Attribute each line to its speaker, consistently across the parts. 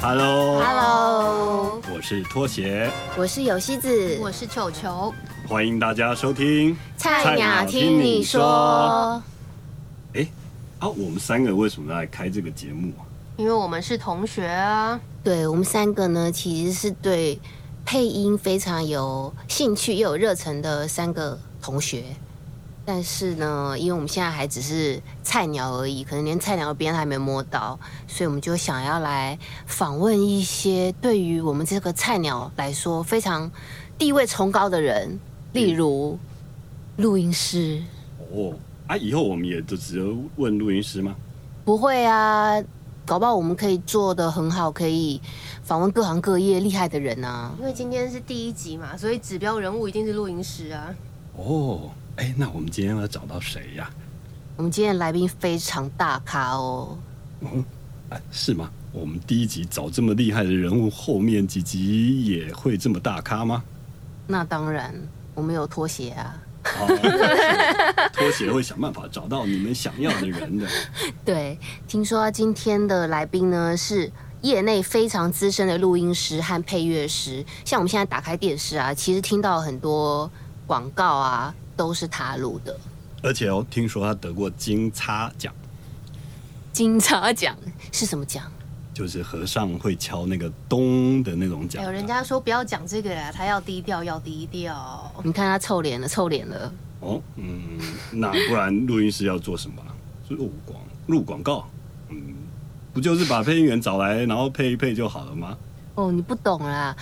Speaker 1: Hello，
Speaker 2: Hello，
Speaker 1: 我是拖鞋，
Speaker 2: 我是有希子，
Speaker 3: 我是球球，
Speaker 1: 欢迎大家收听。菜鸟听你说，哎，啊，我们三个为什么来开这个节目啊？
Speaker 3: 因为我们是同学啊。
Speaker 2: 对我们三个呢，其实是对配音非常有兴趣又有热忱的三个同学。但是呢，因为我们现在还只是菜鸟而已，可能连菜鸟的边还没摸到，所以我们就想要来访问一些对于我们这个菜鸟来说非常地位崇高的人，例如录音师。
Speaker 1: 哦，啊，以后我们也就只能问录音师吗？
Speaker 2: 不会啊，搞不好我们可以做的很好，可以访问各行各业厉害的人啊。
Speaker 3: 因为今天是第一集嘛，所以指标人物一定是录音师啊。
Speaker 1: 哦，哎，那我们今天要找到谁呀、
Speaker 2: 我们今天的来宾非常大咖哦，
Speaker 1: 啊？是吗？我们第一集找这么厉害的人物，后面几集也会这么大咖吗？
Speaker 2: 那当然我们有拖鞋啊。
Speaker 1: 哦 是拖鞋会想办法找到你们想要的人 的。
Speaker 2: 对，听说今天的来宾呢是业内非常资深的录音师和配乐师，像我们现在打开电视啊，其实听到很多广告啊都是他录的。
Speaker 1: 而且哦，听说他得过金叉奖，
Speaker 2: 金叉奖是什么奖？
Speaker 1: 就是和尚会敲那个咚的那种
Speaker 3: 还
Speaker 1: 奖。
Speaker 3: 哎有人家说不要讲这个啦，他要低调，要低调。
Speaker 2: 你看他臭脸了，臭脸了。
Speaker 1: 哦，嗯，那不然录音师要做什么啊？录广录广告，嗯，不就是把配音员找来，然后配一配就好了吗？
Speaker 2: 哦，你不懂啦。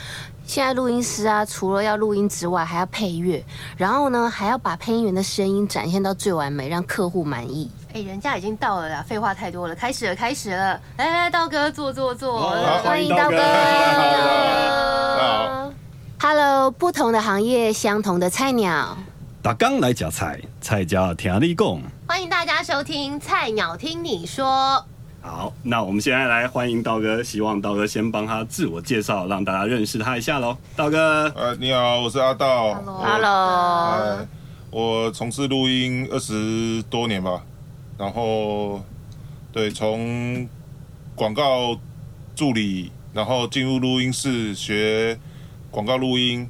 Speaker 2: 现在录音师啊，除了要录音之外，还要配乐，然后呢，还要把配音员的声音展现到最完美，让客户满意。
Speaker 3: 哎，人家已经到了啦，废话太多了，开始了，开始了。来来，来道哥坐坐坐
Speaker 4: 哦
Speaker 3: 呃
Speaker 1: 哦
Speaker 4: 好，
Speaker 2: 哦欢迎刀哥
Speaker 4: 大
Speaker 2: Hello，不同的行业，相同的菜鸟。
Speaker 1: 打刚来夹菜，菜叫田立贡。
Speaker 3: 欢迎大家收听《菜鸟听你说
Speaker 1: 好，那我们现在来欢迎道哥，希望道哥先帮他自我介绍，让大家认识他一下喽。道哥，
Speaker 4: 呃，你好，我是阿道。
Speaker 3: Hello
Speaker 4: 我
Speaker 2: Hello，
Speaker 4: 呃我从事录音二十多年吧，然后对，从广告助理，然后进入录音室学广告录音，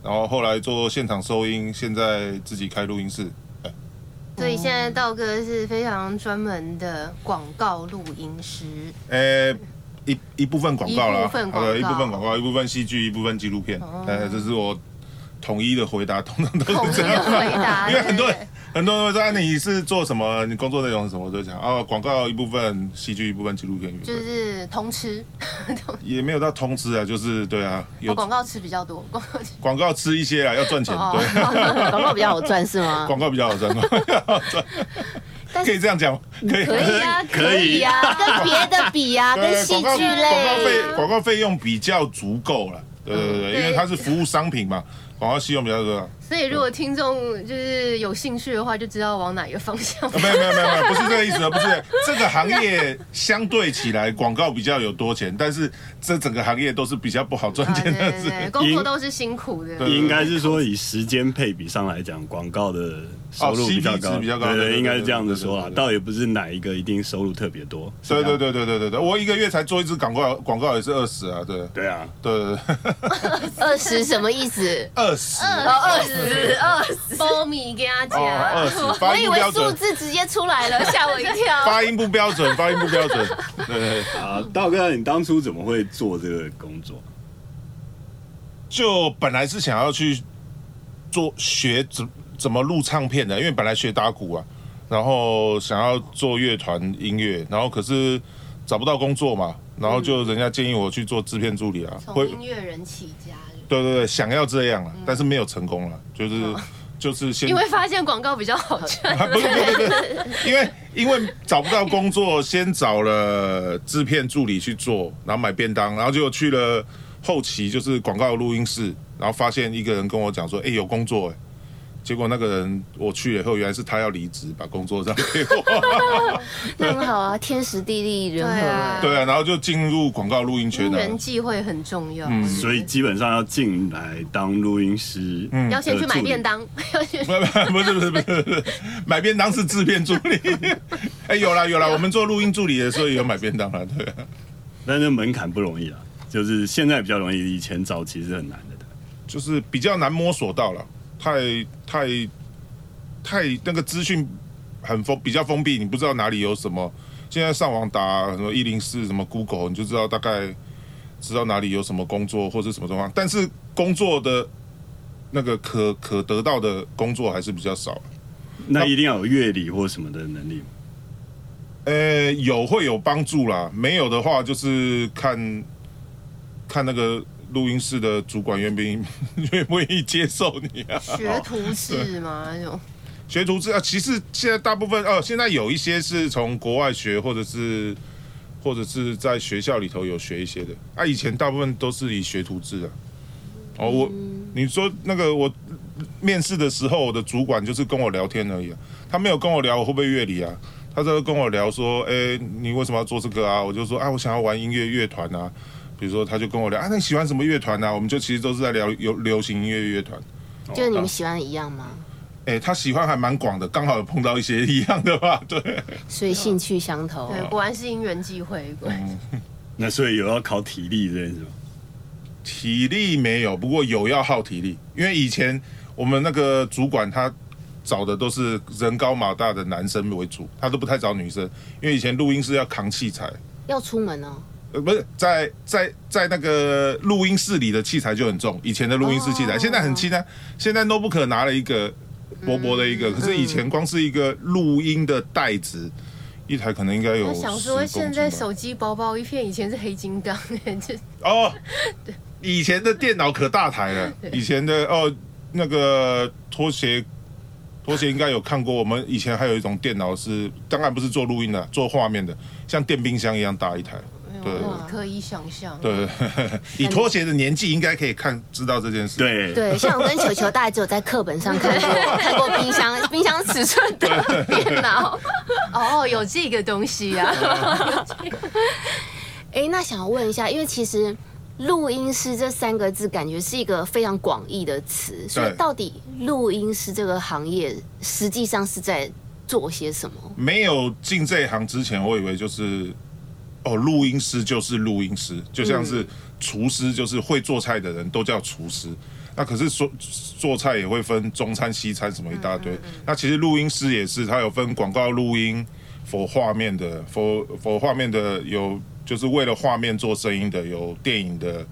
Speaker 4: 然后后来做现场收音，现在自己开录音室。》。
Speaker 3: 所以现在道哥是非常专门的广告录音 师。
Speaker 4: 呃，一一部分广告啦，
Speaker 3: 一部分广告哦
Speaker 4: 呃一部分广告，一部分戏剧，一部分纪录片。呃，这是我统一的回答，通常都
Speaker 3: 统
Speaker 4: 是
Speaker 3: 一
Speaker 4: 这样
Speaker 3: 的。回答，
Speaker 4: 因为很多
Speaker 3: 啊对
Speaker 4: 人很多人会说啊你是做什么，你工作内容是什么，我就讲哦，广告一部分，戏剧一部分，纪录片一部
Speaker 3: 就
Speaker 4: 分，
Speaker 3: 是通吃，
Speaker 4: 也没有到通知啊，就是对啊，有
Speaker 3: 哦广告吃比较多，广告吃
Speaker 4: 广告吃一些啦，要赚钱，
Speaker 3: 哦
Speaker 4: 对，
Speaker 2: 广告比较好赚是吗？
Speaker 4: 广告比较好赚，广告比较好赚
Speaker 2: 但是
Speaker 4: 可以这样讲吗， 可 以。
Speaker 2: 可以啊，可以啊，跟别的比啊，
Speaker 4: 对
Speaker 2: 跟戏
Speaker 4: 广告
Speaker 2: 剧
Speaker 4: 广告
Speaker 2: 类。
Speaker 4: 费广告费用比较足够了，对对对，因为它是服务商品嘛，广告费用比较多。啊，
Speaker 3: 所以如果听众就是有兴趣的话，就知道往哪个方向。
Speaker 4: 啊 没有没有没有没有，不是这个意思，不 是这个行业相对起来广告比较有多钱，但是这整个行业都是比较不好赚
Speaker 3: 啊对
Speaker 4: 钱的
Speaker 3: 对
Speaker 4: 事。
Speaker 3: 对，工作都是辛苦的。
Speaker 4: 对
Speaker 1: 应该是说以时间配比上来讲，广告的收入比较高，
Speaker 4: 哦，CP 值比较高
Speaker 1: 对
Speaker 4: 对对对
Speaker 1: 应该是这样子说啦
Speaker 4: 对对。对
Speaker 1: 倒也不是哪一个一定收入特别多，是
Speaker 4: 对
Speaker 1: 这样
Speaker 4: 对对对对对对，我一个月才做一支广告，广告也是二十啊，对对
Speaker 1: 对啊，
Speaker 4: 对对，
Speaker 2: 二十什么意思？
Speaker 4: 二十
Speaker 2: 二啊十二十，
Speaker 3: 苞米给他
Speaker 4: 哦，二
Speaker 3: 讲，
Speaker 4: 十，
Speaker 2: 我
Speaker 4: 发音
Speaker 2: 以
Speaker 4: 不
Speaker 2: 为
Speaker 4: 标
Speaker 2: 数
Speaker 4: 准，
Speaker 2: 字直接出来了，吓我一 跳。
Speaker 4: 发音不标准，发音不标准， 对对对，
Speaker 1: 啊，道哥，你当初怎么会做这个工作？
Speaker 4: 就本来是想要去做学怎怎么录唱片的，因为本来学打鼓啊，然后想要做乐团音乐，然后可是找不到工作嘛，然后就人家建议我去做制片助理啊，
Speaker 2: 嗯
Speaker 3: 从音乐人起家的，
Speaker 4: 对对对，想要这样了，但是没有成功了，就是、
Speaker 2: 哦
Speaker 4: 就是先
Speaker 3: 因为发现广告比较好赚。
Speaker 4: 啊，不是不是不是，因为因为找不到工作，先找了制片助理去做，然后买便当，然后就去了后期就是广告录音室，然后发现一个人跟我讲说，哎、有工作哎、结果那个人我去了以后，原来是他要离职，把工作让给我。
Speaker 2: 那很好啊，天时地利人和、
Speaker 3: 对啊
Speaker 4: 对啊，然后就进入广告录音圈啊
Speaker 3: 因
Speaker 4: 了、
Speaker 3: 人际会很重要，
Speaker 4: 嗯
Speaker 1: 所以基本上要进来当录音师，
Speaker 4: 嗯
Speaker 3: 要先去买便当，要先
Speaker 4: 不不不是不是不是不是，买便当是制片助理。哎、有啦有啦，我们做录音助理的时候也有买便当啦，对、啊，
Speaker 1: 但是门槛不容易啊，就是现在比较容易，以前早期是很难的。
Speaker 4: 就是比较难摸索到了，太太太那个资讯很封，比较封闭，你不知道哪里有什么。现在上网打什么一零四什么 Google，你就知道大概知道哪里有什么工作或者什么状况，但是工作的那个可可得到的工作还是比较少。
Speaker 1: 那一定要有乐理或什么的能力嘛。
Speaker 4: 呃，有会有帮助啦，没有的话就是看看那个录音室的主管愿不愿意 愿不愿意接受你啊。
Speaker 3: 学徒制嘛
Speaker 4: 哦
Speaker 3: 那种。
Speaker 4: 学徒制啊，其实现在大部分哦，现在有一些是从国外学，或者是或者是在学校里头有学一些的啊。以前大部分都是以学徒制啊。哦，我你说那个我面试的时候，我的主管就是跟我聊天而已、啊，他没有跟我聊我会不会乐理啊，他就跟我聊说，哎、你为什么要做这个啊？我就说啊，我想要玩音乐乐团啊。比如说，他就跟我聊啊，那你喜欢什么乐团啊？我们就其实都是在聊流流行音乐乐团。
Speaker 2: 就是你们喜欢的一样吗？
Speaker 4: 哎、他喜欢还蛮广的，刚好有碰到一些一样的吧？ 对，
Speaker 2: 所以兴趣相
Speaker 4: 哦
Speaker 2: 投，
Speaker 3: 对，果然是因缘际会。果
Speaker 4: 嗯
Speaker 3: 然
Speaker 1: 那所以有要考体力这件事吗？
Speaker 4: 体力没有，不过有要耗体力，因为以前我们那个主管他找的都是人高马大的男生为主，他都不太找女生，因为以前录音室要扛器材，
Speaker 2: 要出门哦。
Speaker 4: 呃，不是在在在那个录音室里的器材就很重，以前的录音室器材、
Speaker 2: 哦
Speaker 4: 现在很轻啊，现在 notebook 拿了一个薄薄的一
Speaker 3: 嗯
Speaker 4: 个，可是以前光是一个录音的袋子，一台可能应该有
Speaker 3: 我想说，
Speaker 4: 10公斤
Speaker 3: 现在
Speaker 4: 吧
Speaker 3: 手机薄薄一片，以前是黑金刚， 就
Speaker 4: 哦，以前的电脑可大台了，以前的哦那个拖鞋。拖鞋应该有看过，我们以前还有一种电脑是，当然不是做录音的，做画面的，像电冰箱一样大一台。对
Speaker 3: 我可以想象。
Speaker 4: 对，以拖鞋的年纪应该可以看知道这件事。
Speaker 1: 对，
Speaker 2: 对，像我跟球球，大概只有在课本上看过看过冰箱冰箱尺寸的电脑。
Speaker 3: 哦，有这个东西啊，
Speaker 2: 哎，那想问一下，因为其实“录音师”这三个字感觉是一个非常广义的词，所以到底录音师这个行业实际上是在做些什么？
Speaker 4: 没有进这一行之前，我以为就是哦，录音师就是录音师，就像是厨师就是会做菜的人都叫厨师。那可是做做菜也会分中餐、西餐什么一大堆。那其实录音师也是，它有分广告录音、for 画面的、for for 画面的有，就是为了画面做声音的，有电影的，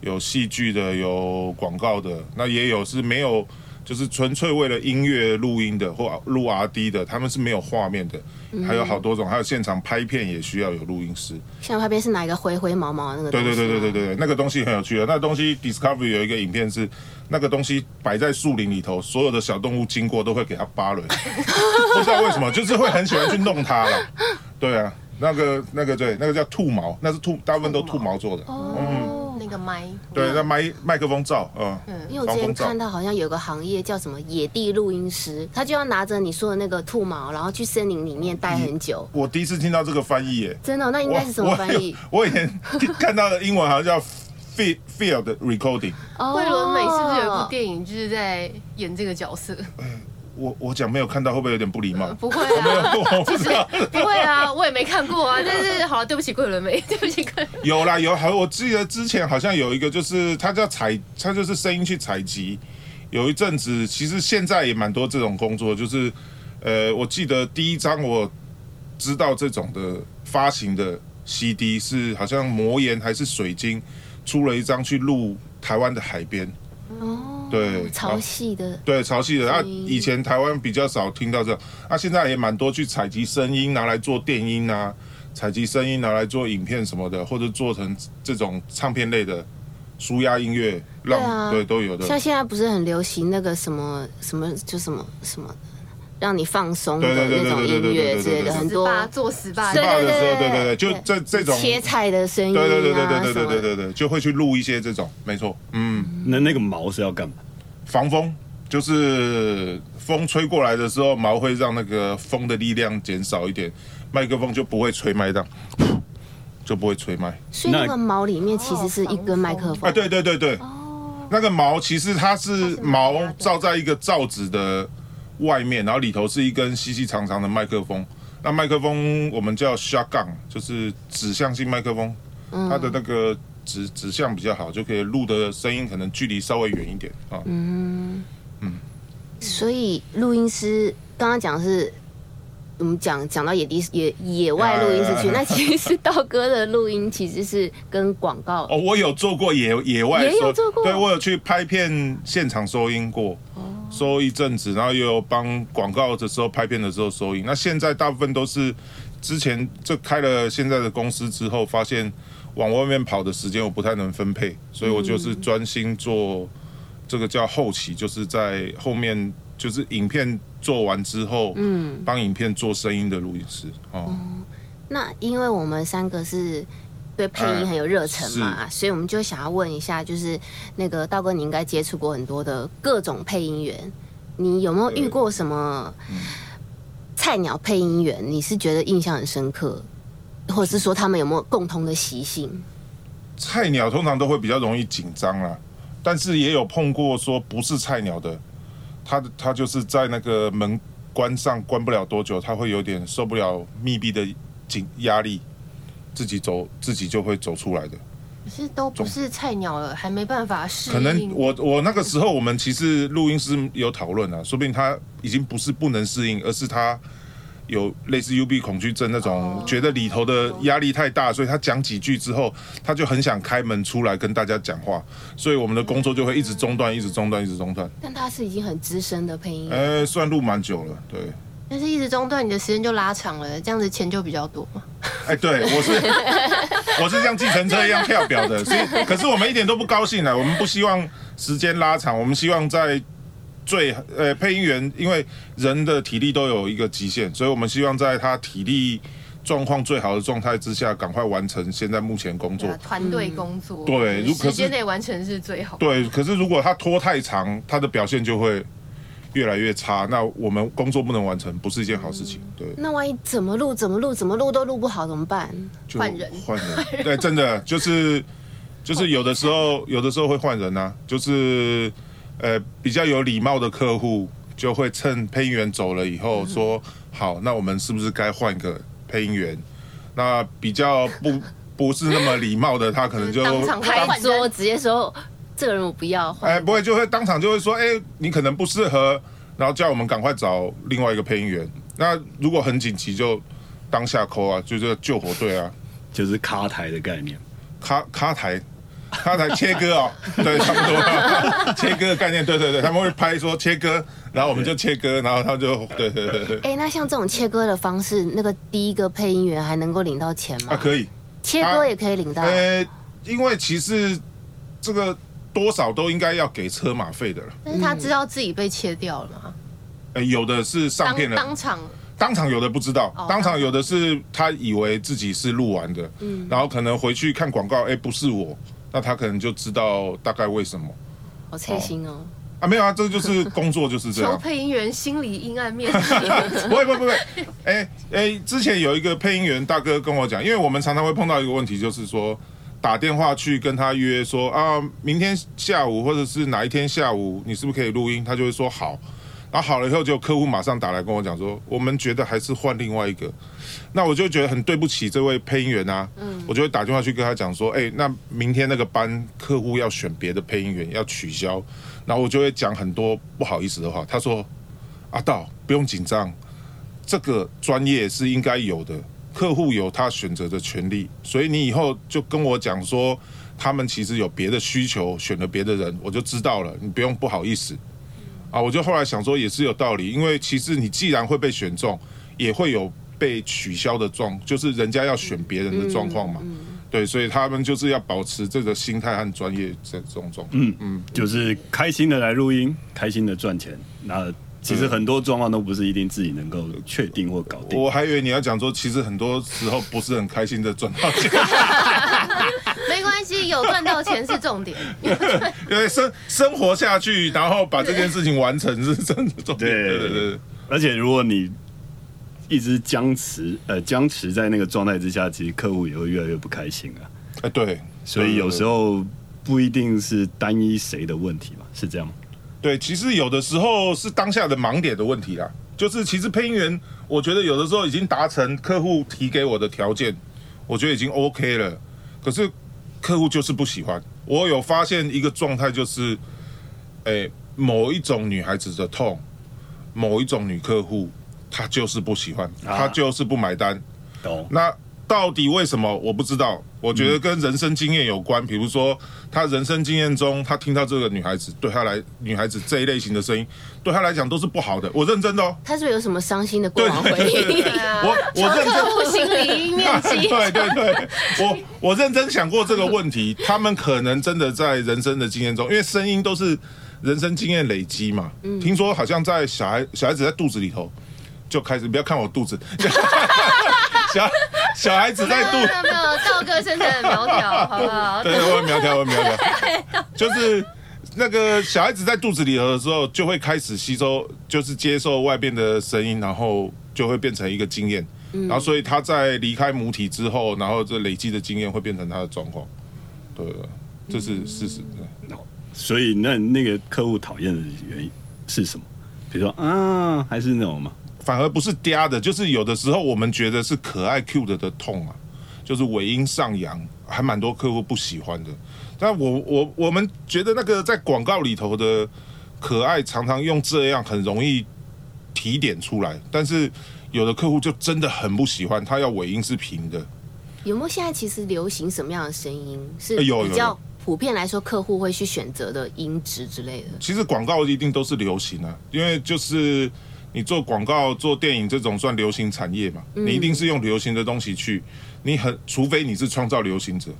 Speaker 4: 有戏剧的，有广告的。那也有是没有，就是纯粹为了音乐录音的或录 R D 的，他们是没有画面的。还有好多种，还有现场拍片也需要有录音师。
Speaker 2: 像旁边是哪一个灰灰毛毛的那个？
Speaker 4: 对对对对对。对，那个东西很有趣啊的。那个东西 Discovery 有一个影片是，那个东西摆在树林里头，所有的小动物经过都会给它扒轮，不知道为什么，就是会很喜欢去弄它了。对啊，那个那个对，那个叫兔毛，那是兔，大部分都兔毛做的。
Speaker 3: 哦，那个麦，
Speaker 4: 嗯对，那麦麦克风罩，嗯，
Speaker 2: 因为我之前看到好像有个行业叫什么野地录音师，他就要拿着你说的那个兔毛，然后去森林里面待很久。
Speaker 4: 我第一次听到这个翻译耶，
Speaker 2: 真的哦、那应该是什么翻译？
Speaker 4: 我我以前 看到的英文好像叫 field field recording，
Speaker 2: 哦
Speaker 3: 桂纶镁是不是有一部电影就是在演这个角色？
Speaker 4: 我我讲没有看到会不会有点不礼貌？
Speaker 3: 不会
Speaker 2: 呃
Speaker 3: 啊，
Speaker 4: 我不知道。
Speaker 3: 不会啊，我也没看过啊。但是好，对不起桂纶镁， 对不起桂纶镁。
Speaker 4: 有啦有，还我记得之前好像有一个，就是他叫采，他就是声音去采集。有一阵子，其实现在也蛮多这种工作，就是呃，我记得第一张我知道这种的发行的 CD 是好像魔岩还是水晶出了一张去录台湾的海边，
Speaker 2: 哦，
Speaker 4: 对
Speaker 2: 潮汐的，
Speaker 4: 对潮汐的。啊，
Speaker 2: 嗯
Speaker 4: 以前台湾比较少听到这，啊，现在也蛮多去采集声音拿来做电音啊，采集声音拿来做影片什么的，或者做成这种唱片类的舒压音乐，让
Speaker 2: 对啊
Speaker 4: 都有的。
Speaker 2: 像现在不是很流行那个什么什么就什么什么让你放松的
Speaker 4: 对对对
Speaker 2: 那种
Speaker 4: 对对
Speaker 2: 音
Speaker 4: 对对
Speaker 2: 乐
Speaker 4: 对
Speaker 2: 之类
Speaker 4: 对
Speaker 2: 的，
Speaker 4: 对
Speaker 2: 很多
Speaker 3: SPA 做 SPA
Speaker 2: 对
Speaker 4: 爸的时候，
Speaker 2: 对
Speaker 4: 对
Speaker 2: 对
Speaker 4: 对对，就
Speaker 2: 对
Speaker 4: 这这种，
Speaker 2: 切菜的声音啊，
Speaker 4: 对对对对对对
Speaker 2: 什
Speaker 4: 对
Speaker 2: 么
Speaker 4: 对对对，就会去录一些这种，没错，嗯，
Speaker 1: 那那个毛是要干嘛？
Speaker 4: 防风就是风吹过来的时候，毛会让那个风的力量减少一点，麦克风就不会吹麦浪， 就不会吹麦。
Speaker 2: 所以那个
Speaker 1: 那
Speaker 2: 毛里面其实是一根麦克
Speaker 4: 啊，
Speaker 2: 风，
Speaker 4: 对对对对，那个毛其实它是毛
Speaker 3: 哦它是毛
Speaker 4: 罩在一个罩子的外面，然后里头是一根细细长长的麦克风。那麦克风我们叫 shotgun，就是指向性麦克风，
Speaker 3: 嗯
Speaker 4: 它的那个指指向比较好，就可以录的声音可能距离稍微远一点啊。
Speaker 2: 嗯
Speaker 4: 嗯
Speaker 2: 所以录音师刚刚讲的是。我们讲讲到野地野野
Speaker 4: 哎
Speaker 2: 外录音师去，
Speaker 4: 呀
Speaker 2: 那其 实道哥的录音其实是跟广告
Speaker 4: 哦，我有做过野野外
Speaker 2: 也有
Speaker 4: 收
Speaker 2: 做过哦
Speaker 4: 对我有去拍片现场收音过，收一阵子，然后也有帮广告的时候拍片的时候收音。那现在大部分都是之前就开了现在的公司之后，发现往外面跑的时间我不太能分配，所以我就是专心做这个叫后期，就是在后面就是影片做完之后，嗯，帮影片做声音的录音师哦。
Speaker 2: 那因为我们三个是对配音很有热忱嘛，
Speaker 4: 哎
Speaker 2: 所以我们就想要问一下，就是那个道哥，你应该接触过很多的各种配音员，你有没有遇过什么菜鸟配音员？你是觉得印象很深刻，或者是说他们有没有共同的习性？
Speaker 4: 菜鸟通常都会比较容易紧张啦，但是也有碰过说不是菜鸟的，他他就是在那个门关上关不了多久，他会有点受不了密闭的紧压力，自己走自己就会走出来的。
Speaker 3: 可是都不是菜鸟了，还没办法适应。
Speaker 4: 可能我我那个时候我们其实录音师有讨论啊，说不定他已经不是不能适应，而是他有类似 UB 恐惧症那种，觉得里头的压力太大，所以他讲几句之后，他就很想开门出来跟大家讲话，所以我们的工作就会一直中断，一直中断，一直中断。
Speaker 2: 但他是已经很资深的配音员，
Speaker 4: 呃，算录蛮久了，对。
Speaker 3: 但是一直中断，你的时间就拉长了，这样子钱就比较多嘛。
Speaker 4: 哎，对，我是我是像计程车一样跳表的，所以可是我们一点都不高兴啊了，我们不希望时间拉长，我们希望在最呃配音员，因为人的体力都有一个极限，所以我们希望在他体力状况最好的状态之下，赶快完成现在目前工作
Speaker 3: 对啊。团队工作，
Speaker 4: 嗯对如可是
Speaker 3: 时间内完成是最好。
Speaker 4: 对，可是如果他拖太长，他的表现就会越来越差，那我们工作不能完成，不是一件好事情。对。
Speaker 2: 那万一怎么录怎么录怎么录都录不好怎么办？
Speaker 4: 就
Speaker 3: 换人
Speaker 4: 换人，对，真的就是就是有的时候有的时候会换人呐、就是呃比较有礼貌的客户就会趁配音员走了以
Speaker 3: 嗯
Speaker 4: 后说，好，那我们是不是该换个配音员？那比较不 不是那么礼貌的，他可能就
Speaker 3: 当场换
Speaker 2: 拍
Speaker 3: 人
Speaker 2: 桌直接说这个人我不要换
Speaker 4: 哎，不会，就会当场就会说，哎、你可能不适合，然后叫我们赶快找另外一个配音员。那如果很紧急，就当下扣啊，就是救火队啊，
Speaker 1: 就是卡台的概念。
Speaker 4: 卡卡台，卡台切割哦，对，差不多，切割的概念，对对对，他们会拍说切割，然后我们就切割，然后他就，对对对对，
Speaker 2: 哎、那像这种切割的方式，那个第一个配音员还能够领到钱吗？
Speaker 4: 啊，可以，
Speaker 2: 切割也可以领
Speaker 3: 嗯
Speaker 2: 到。
Speaker 4: 呃，因为其实这个多少都应该要给车马费的了，
Speaker 3: 但是他知道自己被切掉了嘛？
Speaker 4: 呃，有的是上片
Speaker 3: 当
Speaker 4: 了，
Speaker 3: 当场
Speaker 4: 当场有的不知道，
Speaker 3: 哦
Speaker 4: 当场有的是他以为自己是录完的，
Speaker 3: 嗯
Speaker 4: 然后可能回去看广告，哎，不是我，那他可能就知道大概为什么
Speaker 2: 好贴心哦。
Speaker 4: 啊，没有啊，这就是工作就是这
Speaker 3: 求
Speaker 4: 样。
Speaker 3: 配音员心理阴暗面。
Speaker 4: 不会不会不会，哎、哎、之前有一个配音员大哥跟我讲，因为我们常常会碰到一个问题，就是说打电话去跟他约说啊，明天下午或者是哪一天下午，你是不是可以录音？他就会说好，然后好了以后，就客户马上打来跟我讲说，我们觉得还是换另外一个。那我就觉得很对不起这位配音员啊，我就会打电话去跟他讲说，哎、那明天那个班客户要选别的配音员，要取消，然后我就会讲很多不好意思的话。他说，阿道不用紧张，这个专业是应该有的，客户有他选择的权利，所以你以后就跟我讲说，他们其实有别的需求，选了别的人，我就知道了，你不用不好意思。啊，我就后来想说也是有道理，因为其实你既然会被选中，也会有被取消的状，就是人家要选别人的状况嘛。对，所以他们就是要保持这个心态和专业这这种状况。
Speaker 1: 就是开心的来录音，开心的赚钱。那其实很多状况都不是一定自己能够确定或搞定。
Speaker 4: 我还以为你要讲说，其实很多时候不是很开心的赚到钱。
Speaker 3: 没关系，是有赚到钱是重 点，
Speaker 4: 因为生生活下去，然后把这件事情完成是真的重点。
Speaker 1: 对
Speaker 4: 对对对，
Speaker 1: 而且如果你一直僵持，呃，僵持在那个状态之下，其实客户也会越来越不开心啊。
Speaker 4: 哎对，
Speaker 1: 所以有时
Speaker 4: 候。
Speaker 1: 候不一定是单一谁的问题嘛，是这样吗？
Speaker 4: 对，其实有的时候是当下的盲点的问题啦。就是其实配音员，我觉得有的时候已经达成客户提给我的条件，我觉得已经 OK 了。可是客户就是不喜欢。我有发现一个状态，就是，诶，某一种女孩子的痛，某一种女客户，她就是不喜欢，
Speaker 1: 啊
Speaker 4: 她就是不买单。
Speaker 1: 懂。
Speaker 4: 那到底为什么？我不知道。我觉得跟人生经验有关，比如说他人生经验中，他听到这个女孩子对他来，女孩子这一类型的声音，对他来讲都是不好的。我认真的哦，
Speaker 2: 他是不是有什么伤心的过往回忆？
Speaker 3: 对啊，
Speaker 4: 我我认真啊
Speaker 3: 客。户心理阴面积。
Speaker 4: 对对对，我我认真想过这个问题，他们可能真的在人生的经验中，因为声音都是人生经验累积嘛。听说好像在小孩小孩子在肚子里头就开始，不要看我肚子， 小小孩子
Speaker 3: 没
Speaker 4: 在
Speaker 3: 有
Speaker 4: 肚
Speaker 3: 没有没有，道哥身材很 苗条，好不好？
Speaker 4: 对，我很苗条，我很苗条，就是那个小孩子在肚子里头的时候，就会开始吸收，就是接受外边的声音，然后就会变成一个经验，然后所以他在离开母体之后，然后这累积的经验会变成他的状况，对，这是事实。对
Speaker 1: 哦所以那那个客户讨厌的原因是什么？比如说啊，还是那种嘛，
Speaker 4: 反而不是嗲的，就是有的时候我们觉得是可爱 cute 的痛啊，就是尾音上扬，还蛮多客户不喜欢的。但我我我们觉得那个在广告里头的可爱，常常用这样很容易提点出来，但是有的客户就真的很不喜欢，他要尾音是平的。
Speaker 2: 有没有现在其实流行什么样的声音是
Speaker 4: 哎有有
Speaker 2: 比较普遍来说客户会去选择的音质之类的？
Speaker 4: 其实广告一定都是流行啊，因为就是你做广告、做电影这种算流行产业嘛，你一定是用流行的东西去，你很除非你是创造流行者，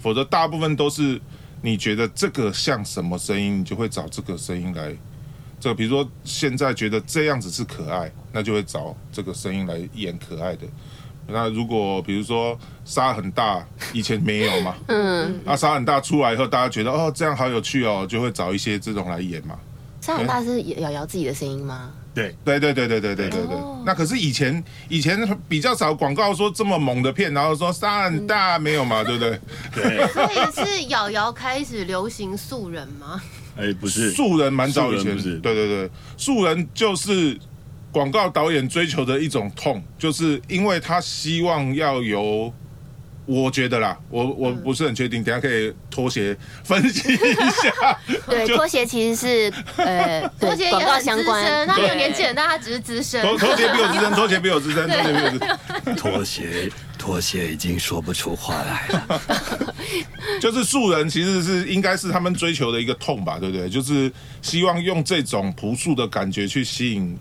Speaker 4: 否则大部分都是你觉得这个像什么声音，你就会找这个声音来。这个比如说现在觉得这样子是可爱，那就会找这个声音来演可爱的。那如果比如说沙很大，以前没有嘛，嗯，那沙很大出来以后，大家觉得哦这样好有趣哦，就会找一些这种来演嘛。
Speaker 2: 沙
Speaker 4: 哎
Speaker 2: 很大是瑶瑶自己的声音吗？
Speaker 1: 对，
Speaker 4: 对对对对对对对对。
Speaker 2: 哦
Speaker 4: 那可是以前以前比较少广告说这么猛的片，然后说沙很大没有嘛，对不对？
Speaker 3: 所以是瑶瑶开始流行素人吗？
Speaker 1: 哎，不是，
Speaker 4: 素人蛮早以
Speaker 1: 素
Speaker 4: 前
Speaker 1: 人不是
Speaker 4: 对对对，素人就是广告导演追求的一种痛，就是因为他希望要由。我觉得啦，我我不是很确定，等一下可以拖鞋分析一下。
Speaker 2: 对，拖鞋其实是 呃，对
Speaker 3: 而且也
Speaker 2: 广告
Speaker 3: 很
Speaker 2: 相
Speaker 3: 资
Speaker 2: 关
Speaker 3: 深，，他没有
Speaker 2: 对
Speaker 3: 年纪很大，他只是资深。
Speaker 4: 拖拖鞋比我资深，拖鞋比我资深，拖鞋比我资深。
Speaker 1: 拖鞋，拖鞋已经说不出话来了。
Speaker 4: 就是素人其实是应该是他们追求的一个痛吧，对不对？就是希望用这种朴素的感觉去吸引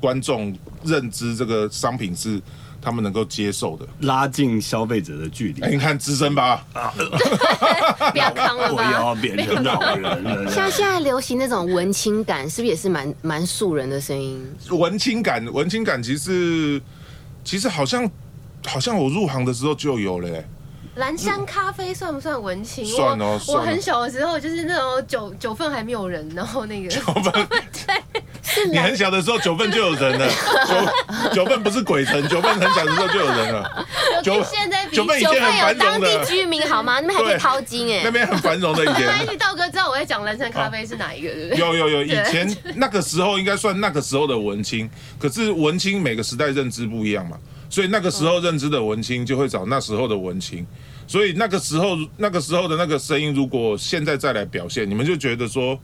Speaker 4: 观众认知这个商品是他们能够接受的。
Speaker 1: 拉近消费者的距离
Speaker 4: 哎，。你看资深吧，
Speaker 3: 不要康 了
Speaker 1: 我
Speaker 3: 吧？
Speaker 1: 要变成老人了。
Speaker 2: 像现在流行那种文青感，是不是也是蛮蛮素人的声音？
Speaker 4: 文青感，文青感其实其实好像好像我入行的时候就有了、欸，
Speaker 3: 蓝山咖啡算不算文青？
Speaker 4: 算哦
Speaker 3: 我
Speaker 4: 算哦
Speaker 3: 我很小的时候就是那种九九份还没有人，然后那个
Speaker 4: 我们你很小的时候九份就有人了，九九份不是鬼城，九份很小的时候就有人了，九
Speaker 3: 跟 现在比
Speaker 4: 九份已
Speaker 2: 九
Speaker 4: 经
Speaker 2: 份
Speaker 4: 很
Speaker 2: 有
Speaker 4: 繁
Speaker 2: 哦当
Speaker 4: 荣
Speaker 2: 地
Speaker 4: 的，
Speaker 2: 居民好吗？那边还可以
Speaker 4: 对
Speaker 2: 掏金哎、
Speaker 4: 那边很繁荣的以前
Speaker 3: 但。 是哎道哥知道我在讲蓝山咖啡是哪一个，对不对？
Speaker 4: 有有有，以
Speaker 3: 对
Speaker 4: 前那个时候应该算那个时候的文青，可是文青每个时代认知不一样嘛，所以那个时候认知的文青就会找那时候的文青，所以那个时候那个时候的那个声音，如果现在再来表现，你们就觉得说，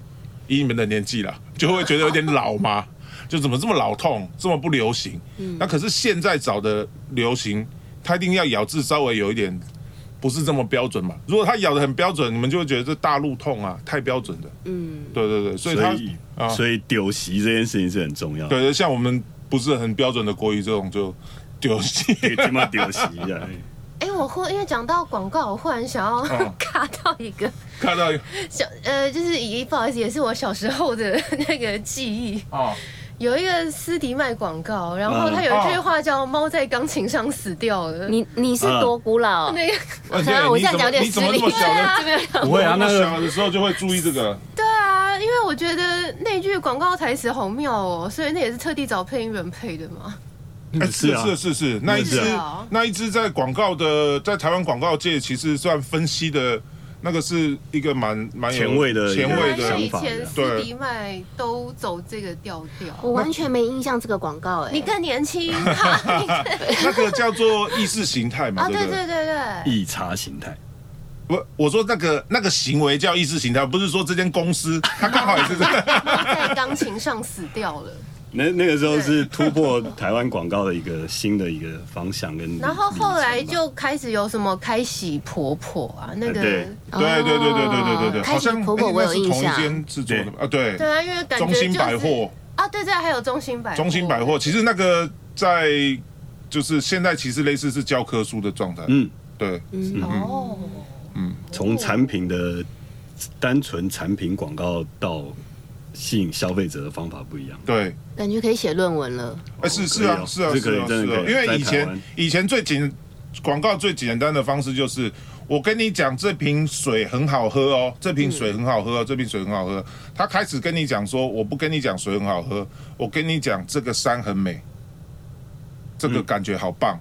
Speaker 4: 以你们的年纪啦，就会觉得有点老嘛， 就怎么这么老痛，这么不流行？
Speaker 2: 嗯
Speaker 4: 那可是现在找的流行，它一定要咬字稍微有一点。不是这么标准嘛？如果它咬得很标准，你们就会觉得这大陆痛啊，太标准了。
Speaker 2: 嗯，
Speaker 4: 对对对，所以
Speaker 1: 所
Speaker 4: 他
Speaker 1: 以，
Speaker 4: 啊，
Speaker 1: 所以丢席这件事情是很重要的。
Speaker 4: 对对，像我们不是很标准的国语这种就 丢弃。
Speaker 1: 对，他妈丢席的。
Speaker 3: 哎，我忽因为讲到广告，我忽然想要
Speaker 4: 哦
Speaker 3: 卡到一个
Speaker 4: 看到
Speaker 3: 小呃，就是也不好意思，也是我小时候的那个记忆，
Speaker 4: 哦，
Speaker 3: 有一个私迪卖广告，然
Speaker 4: 嗯
Speaker 3: 后他有一句话叫“猫在钢琴上死掉了”，
Speaker 2: 你你是多古老？
Speaker 3: 那个
Speaker 4: 嗯 而
Speaker 2: 可啊能我
Speaker 4: 你
Speaker 2: 现在
Speaker 4: 怎
Speaker 2: 讲有
Speaker 4: 么
Speaker 2: 点
Speaker 4: 你
Speaker 2: 失
Speaker 4: 怎么
Speaker 2: 礼
Speaker 4: 那么小的？
Speaker 2: 这边有
Speaker 1: 不会啊，那
Speaker 4: 那
Speaker 1: 个
Speaker 4: 小的时候就会注意这个，
Speaker 3: 对啊，因为我觉得那句广告台词好妙哦，所以那也是特地找配音人配的嘛。
Speaker 1: 那
Speaker 4: 哎
Speaker 1: 个是啊，
Speaker 4: 是是是，那一只
Speaker 1: 是
Speaker 3: 啊
Speaker 4: 那一只在广告的，在台湾广告界其实算分析的，那个是一个蛮蛮有
Speaker 1: 前卫的
Speaker 4: 前
Speaker 1: 对
Speaker 4: 卫
Speaker 3: 因
Speaker 1: 想
Speaker 3: 为
Speaker 1: 法
Speaker 4: 的
Speaker 3: 以前私迪麦都走这个 调
Speaker 2: 我
Speaker 3: 调。
Speaker 2: 完全没印象这个广告哎、
Speaker 3: 你更年轻 啊！
Speaker 4: 那个叫做意识形 态嘛，对
Speaker 3: 哦对
Speaker 4: 不
Speaker 3: 对对对，
Speaker 1: 异常形态。
Speaker 4: 我我说那个那个行为叫意识形态，不是说这间公司它刚好也是这个。
Speaker 3: 猫在钢琴上死掉 了。
Speaker 1: 那那个时候是突破台湾广告的一个新的一个方向跟里程吧，
Speaker 3: 然后后来就开始有什么开喜婆婆啊，那个
Speaker 1: 对
Speaker 2: 哦
Speaker 4: 对对对对对对对对，
Speaker 2: 开
Speaker 4: 好
Speaker 2: 心
Speaker 4: 像
Speaker 2: 婆婆我有
Speaker 4: 哎那是
Speaker 2: 印
Speaker 4: 同一
Speaker 2: 象
Speaker 4: 间制作的吧啊，对，
Speaker 3: 对啊，因为感觉
Speaker 4: 中
Speaker 3: 就是
Speaker 4: 兴百货，
Speaker 3: 啊，对对，还有中兴百货
Speaker 4: 中兴百货，其实那个在就是现在其实类似是教科书的状态，
Speaker 1: 嗯，
Speaker 4: 对，嗯
Speaker 3: 哦，
Speaker 1: 从产品的单纯产品广告到吸引消费者的方法不一样。
Speaker 4: 对，
Speaker 2: 感觉可以写论文了。
Speaker 4: 哎，是是
Speaker 1: 可以
Speaker 4: 啊，
Speaker 1: 哦
Speaker 4: 是啊，
Speaker 1: 这
Speaker 4: 是
Speaker 1: 可以
Speaker 4: 啊，
Speaker 1: 真
Speaker 4: 是
Speaker 1: 的
Speaker 4: 啊
Speaker 1: 可，以
Speaker 4: 因
Speaker 1: 在
Speaker 4: 为以
Speaker 1: 台湾
Speaker 4: 前以前最简广告最简单的方式就是，我跟你讲这瓶水很好喝哦，这瓶水很好喝
Speaker 1: 嗯
Speaker 4: 哦，这瓶水很好喝。他开始跟你讲说，我不跟你讲水很好喝，我跟你讲这个山很美，这
Speaker 1: 嗯
Speaker 4: 个感觉好棒，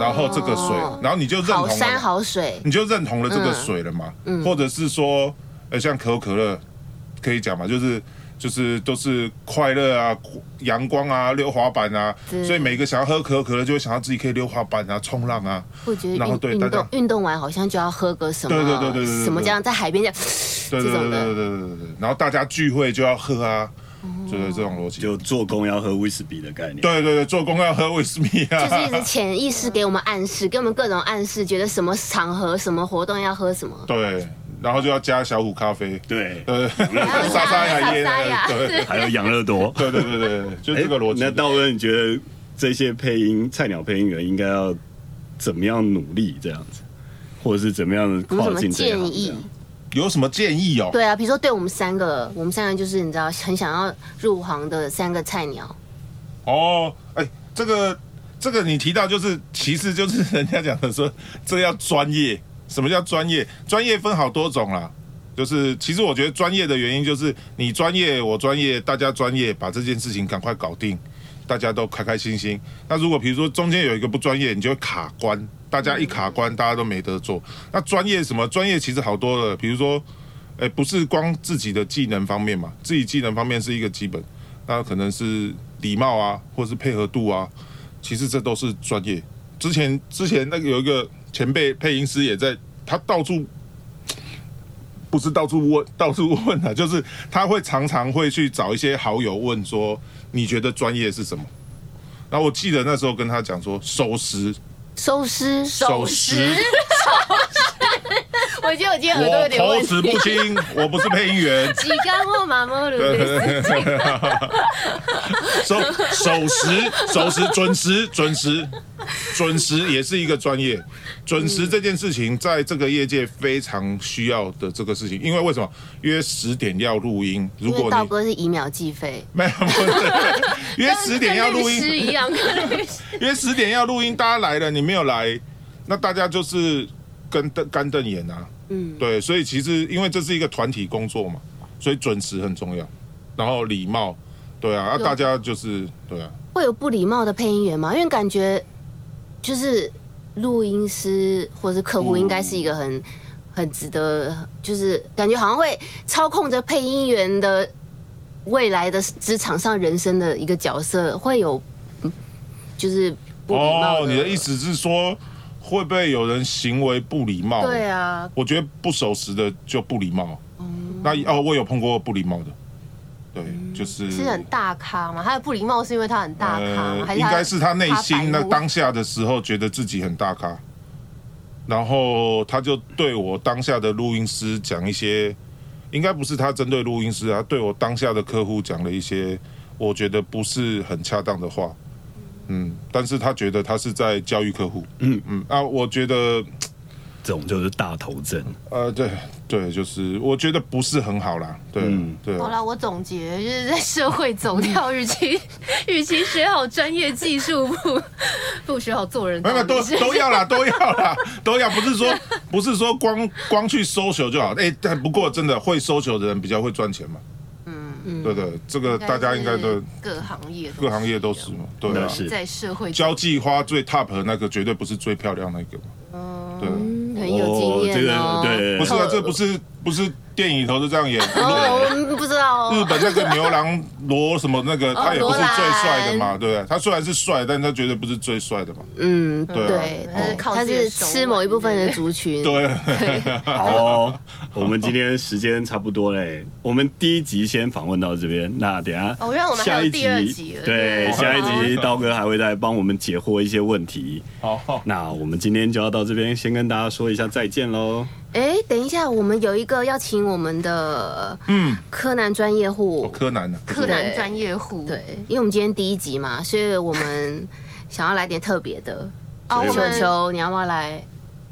Speaker 4: 然后这个水，然后你就认同
Speaker 2: 哦好
Speaker 4: 了嘛
Speaker 2: 山好水，
Speaker 4: 你就认同了这
Speaker 2: 嗯
Speaker 4: 个水了嘛？或者是说，呃，像可口可乐，可以讲嘛，就是就是都是快乐啊、阳光啊、溜滑板啊，
Speaker 2: 对
Speaker 4: 所以每个想要喝可口可乐，就会想到自己可以溜滑板啊、冲浪啊，
Speaker 2: 我觉得
Speaker 4: 然后
Speaker 2: 运
Speaker 4: 对
Speaker 2: 运
Speaker 4: 大
Speaker 2: 动
Speaker 4: 家
Speaker 2: 运动完好像就要喝个什么，
Speaker 4: 对对对对对对
Speaker 2: 什么这样在海边这样，
Speaker 4: 对
Speaker 2: 这
Speaker 4: 对对
Speaker 2: 种
Speaker 4: 对
Speaker 2: 的
Speaker 4: 对
Speaker 2: 哦
Speaker 4: 对对对，然后大家聚会就要喝啊，就是这种逻辑。
Speaker 1: 就做工要喝威士忌的概念，
Speaker 4: 对对对，做工要喝威士忌
Speaker 2: 就是一直
Speaker 4: 啊，
Speaker 2: 潜意识给我们暗示，给我们各种暗示，觉得什么场合、什么活动要喝什么。
Speaker 4: 对，然后就要加小虎咖 啡，
Speaker 1: 对，
Speaker 4: 呃，
Speaker 2: 要
Speaker 4: 沙沙
Speaker 2: 加
Speaker 4: 雅耶
Speaker 2: 沙沙雅，
Speaker 4: 对对
Speaker 1: 还有养乐多。
Speaker 4: 对对对对，对就
Speaker 1: 哎
Speaker 4: 这个逻辑
Speaker 1: 那。道哥，你觉得这些配音菜鸟配音员应该要怎么样努力这样子，或者是怎么样
Speaker 2: 有没有
Speaker 1: 跨
Speaker 2: 什
Speaker 1: 进
Speaker 2: 么
Speaker 1: 这一
Speaker 2: 建
Speaker 1: 行这
Speaker 2: 议
Speaker 1: 样？？
Speaker 4: 有什么建议哦？
Speaker 2: 对啊，比如说对我们三个，我们三个就是你知道很想要入行的三个菜鸟，
Speaker 4: 哦，哎，这个这个你提到就是，其实就是人家讲的说，这要专业。什么叫专业？专业分好多种啦。就是其实我觉得专业的原因就是你专业，我专业，大家专业，把这件事情赶快搞定，大家都开开心心。那如果比如说中间有一个不专业，你就会卡关，大家一卡关，大家都没得做。那专业什么？专业其实好多了，比如说，哎，不是光自己的技能方面嘛，自己技能方面是一个基本，那可能是礼貌啊，或是配合度啊，其实这都是专业。之前之前那个有一个前辈配音师也在，他到处不是到处问， 到处问啊，就是他会常常会去找一些好友问说，你觉得专业是什么？然后我记得那时候跟他讲说，守时，
Speaker 2: 收尸，
Speaker 4: 守时，
Speaker 2: 我觉得我今天耳朵有
Speaker 4: 我
Speaker 2: 点问
Speaker 4: 口
Speaker 2: 题。
Speaker 4: 齿不清，我不是配音员，
Speaker 3: 几干货马莫鲁
Speaker 4: 守守时，守时，准时，准时，准时也是一个专业。准时这件事情，在这个业界非常需要的这个事情，因为为什么约十点要录音？如
Speaker 2: 因为
Speaker 4: 果
Speaker 2: 道
Speaker 4: 你
Speaker 2: 哥是以秒计费，
Speaker 4: 没有不是约十点要
Speaker 3: 跟
Speaker 4: 录
Speaker 3: 律师
Speaker 4: 音，
Speaker 3: 一样，跟律师
Speaker 4: 约十点要录音，大家来了，你没有来，那大家就是跟瞪干瞪眼啊。
Speaker 2: 嗯，
Speaker 4: 对，所以其实因为这是一个团体工作嘛，所以准时很重要，然后礼貌，对啊，啊
Speaker 2: 有
Speaker 4: 大家就是对啊。
Speaker 2: 会有不礼貌的配音员吗？因为感觉就是录音师或是客户应该是一个很、很值得，就是感觉好像会操控着配音员的未来的职场上人生的一个角色，会有嗯就是不礼貌
Speaker 4: 哦，你的意思是说，会不会有人行为不礼貌？
Speaker 3: 对啊，
Speaker 4: 我觉得不守时的就不礼貌。那哦，我有碰过不礼貌的，对，就是
Speaker 3: 是很大咖嘛？他的不礼貌是因为他很大咖吗？还是
Speaker 4: 呃应
Speaker 3: 他
Speaker 4: 该是他内
Speaker 3: 他白
Speaker 4: 心
Speaker 3: 目
Speaker 4: 那当下的时候觉得自己很大咖，然后他就对我当下的录音师讲一些，应该不是他针对录音师啊，对我当下的客户讲了一些我觉得不是很恰当的话，嗯，但是他觉得他是在教育客户，嗯嗯，啊，我觉得
Speaker 1: 这种就是大头症。
Speaker 4: 呃，对对，就是我觉得不是很好啦，对、
Speaker 1: 嗯
Speaker 4: 对，
Speaker 3: 好啦，我总结就是在社会走跳，与
Speaker 4: 嗯
Speaker 3: 其 与其学好专业技术，不 不学好做人
Speaker 4: 没
Speaker 3: 道
Speaker 4: 有没有
Speaker 3: 理
Speaker 4: 都
Speaker 3: 是。
Speaker 4: 都要 啦，都要啦，都要，不是说不是说光光去 social 就好，哎、但不过真的会 social 的人比较会赚钱嘛，嗯，对对，这个大家应该都
Speaker 3: 是各行业
Speaker 4: 各行业都是嘛，对
Speaker 1: 那
Speaker 4: 啊，
Speaker 1: 是
Speaker 3: 在社会
Speaker 4: 交际花最 top 的那个绝对不是最漂亮那个嘛，对，
Speaker 2: 嗯，很有经
Speaker 1: 这
Speaker 2: 验哦
Speaker 1: 个。对，
Speaker 4: 不是啊，
Speaker 2: 哦
Speaker 4: 这不是不是电影里头就这样演。
Speaker 2: 哦，我不知道
Speaker 4: 日
Speaker 2: 哦。
Speaker 4: 本那个牛郎哦罗什么那个，他也不是最帅的嘛，对不对？他虽然是帅，但他绝对不是最帅的嘛。
Speaker 2: 嗯，
Speaker 4: 对啊
Speaker 2: 对，
Speaker 4: 哦
Speaker 2: 他是吃某一部分的族群。
Speaker 4: 对，
Speaker 1: 好哦，我们今天时间差不多嘞，我们第一集先访问到这边，那等一下
Speaker 3: 哦因为我们
Speaker 1: 下
Speaker 3: 还有
Speaker 1: 一
Speaker 3: 第二集
Speaker 1: 集
Speaker 3: 了，
Speaker 1: 对，
Speaker 3: 对
Speaker 1: 下一集刀哥还会再帮我们解惑一些问题。
Speaker 4: 好，
Speaker 1: 那我们今天就要到这边，先跟大家说一下再见喽。
Speaker 2: 哎，等一下，我们有一个要请我们的
Speaker 4: 嗯，哦
Speaker 2: 柯南专业户，
Speaker 4: 柯南呢？
Speaker 3: 柯南专业户，
Speaker 2: 对，因为我们今天第一集嘛，所以我们想要来点特别的。
Speaker 3: 哦，我
Speaker 1: 所以
Speaker 2: 球
Speaker 3: 们
Speaker 2: 球，你要不要来？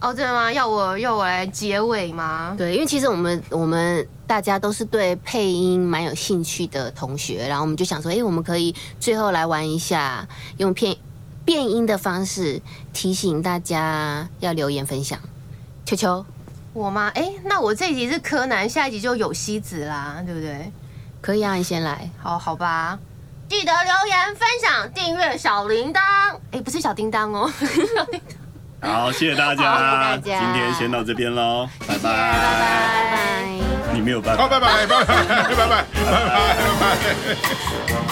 Speaker 3: 哦，真的吗？要我要我来结尾吗？
Speaker 2: 对，因为其实我们我们大家都是对配音蛮有兴趣的同学，然后我们就想说，哎、我们可以最后来玩一下，用片变音的方式提醒大家要留言分享。球球
Speaker 3: 我吗？哎，那我这一集是柯南，下一集就有希子啦，对不对？
Speaker 2: 可以啊，你先来。
Speaker 3: 好好吧，记得留言、分享、订阅小铃铛。哎，不是小叮当哦，小叮当。
Speaker 1: 好，谢谢大
Speaker 2: 好
Speaker 1: 家，
Speaker 2: 谢
Speaker 1: 今
Speaker 2: 谢大家
Speaker 1: 天先到这边喽，拜拜。
Speaker 2: 拜
Speaker 3: 拜
Speaker 2: 拜。
Speaker 1: 你没有办法
Speaker 4: 好，。拜拜，拜拜，拜拜，拜拜，拜拜。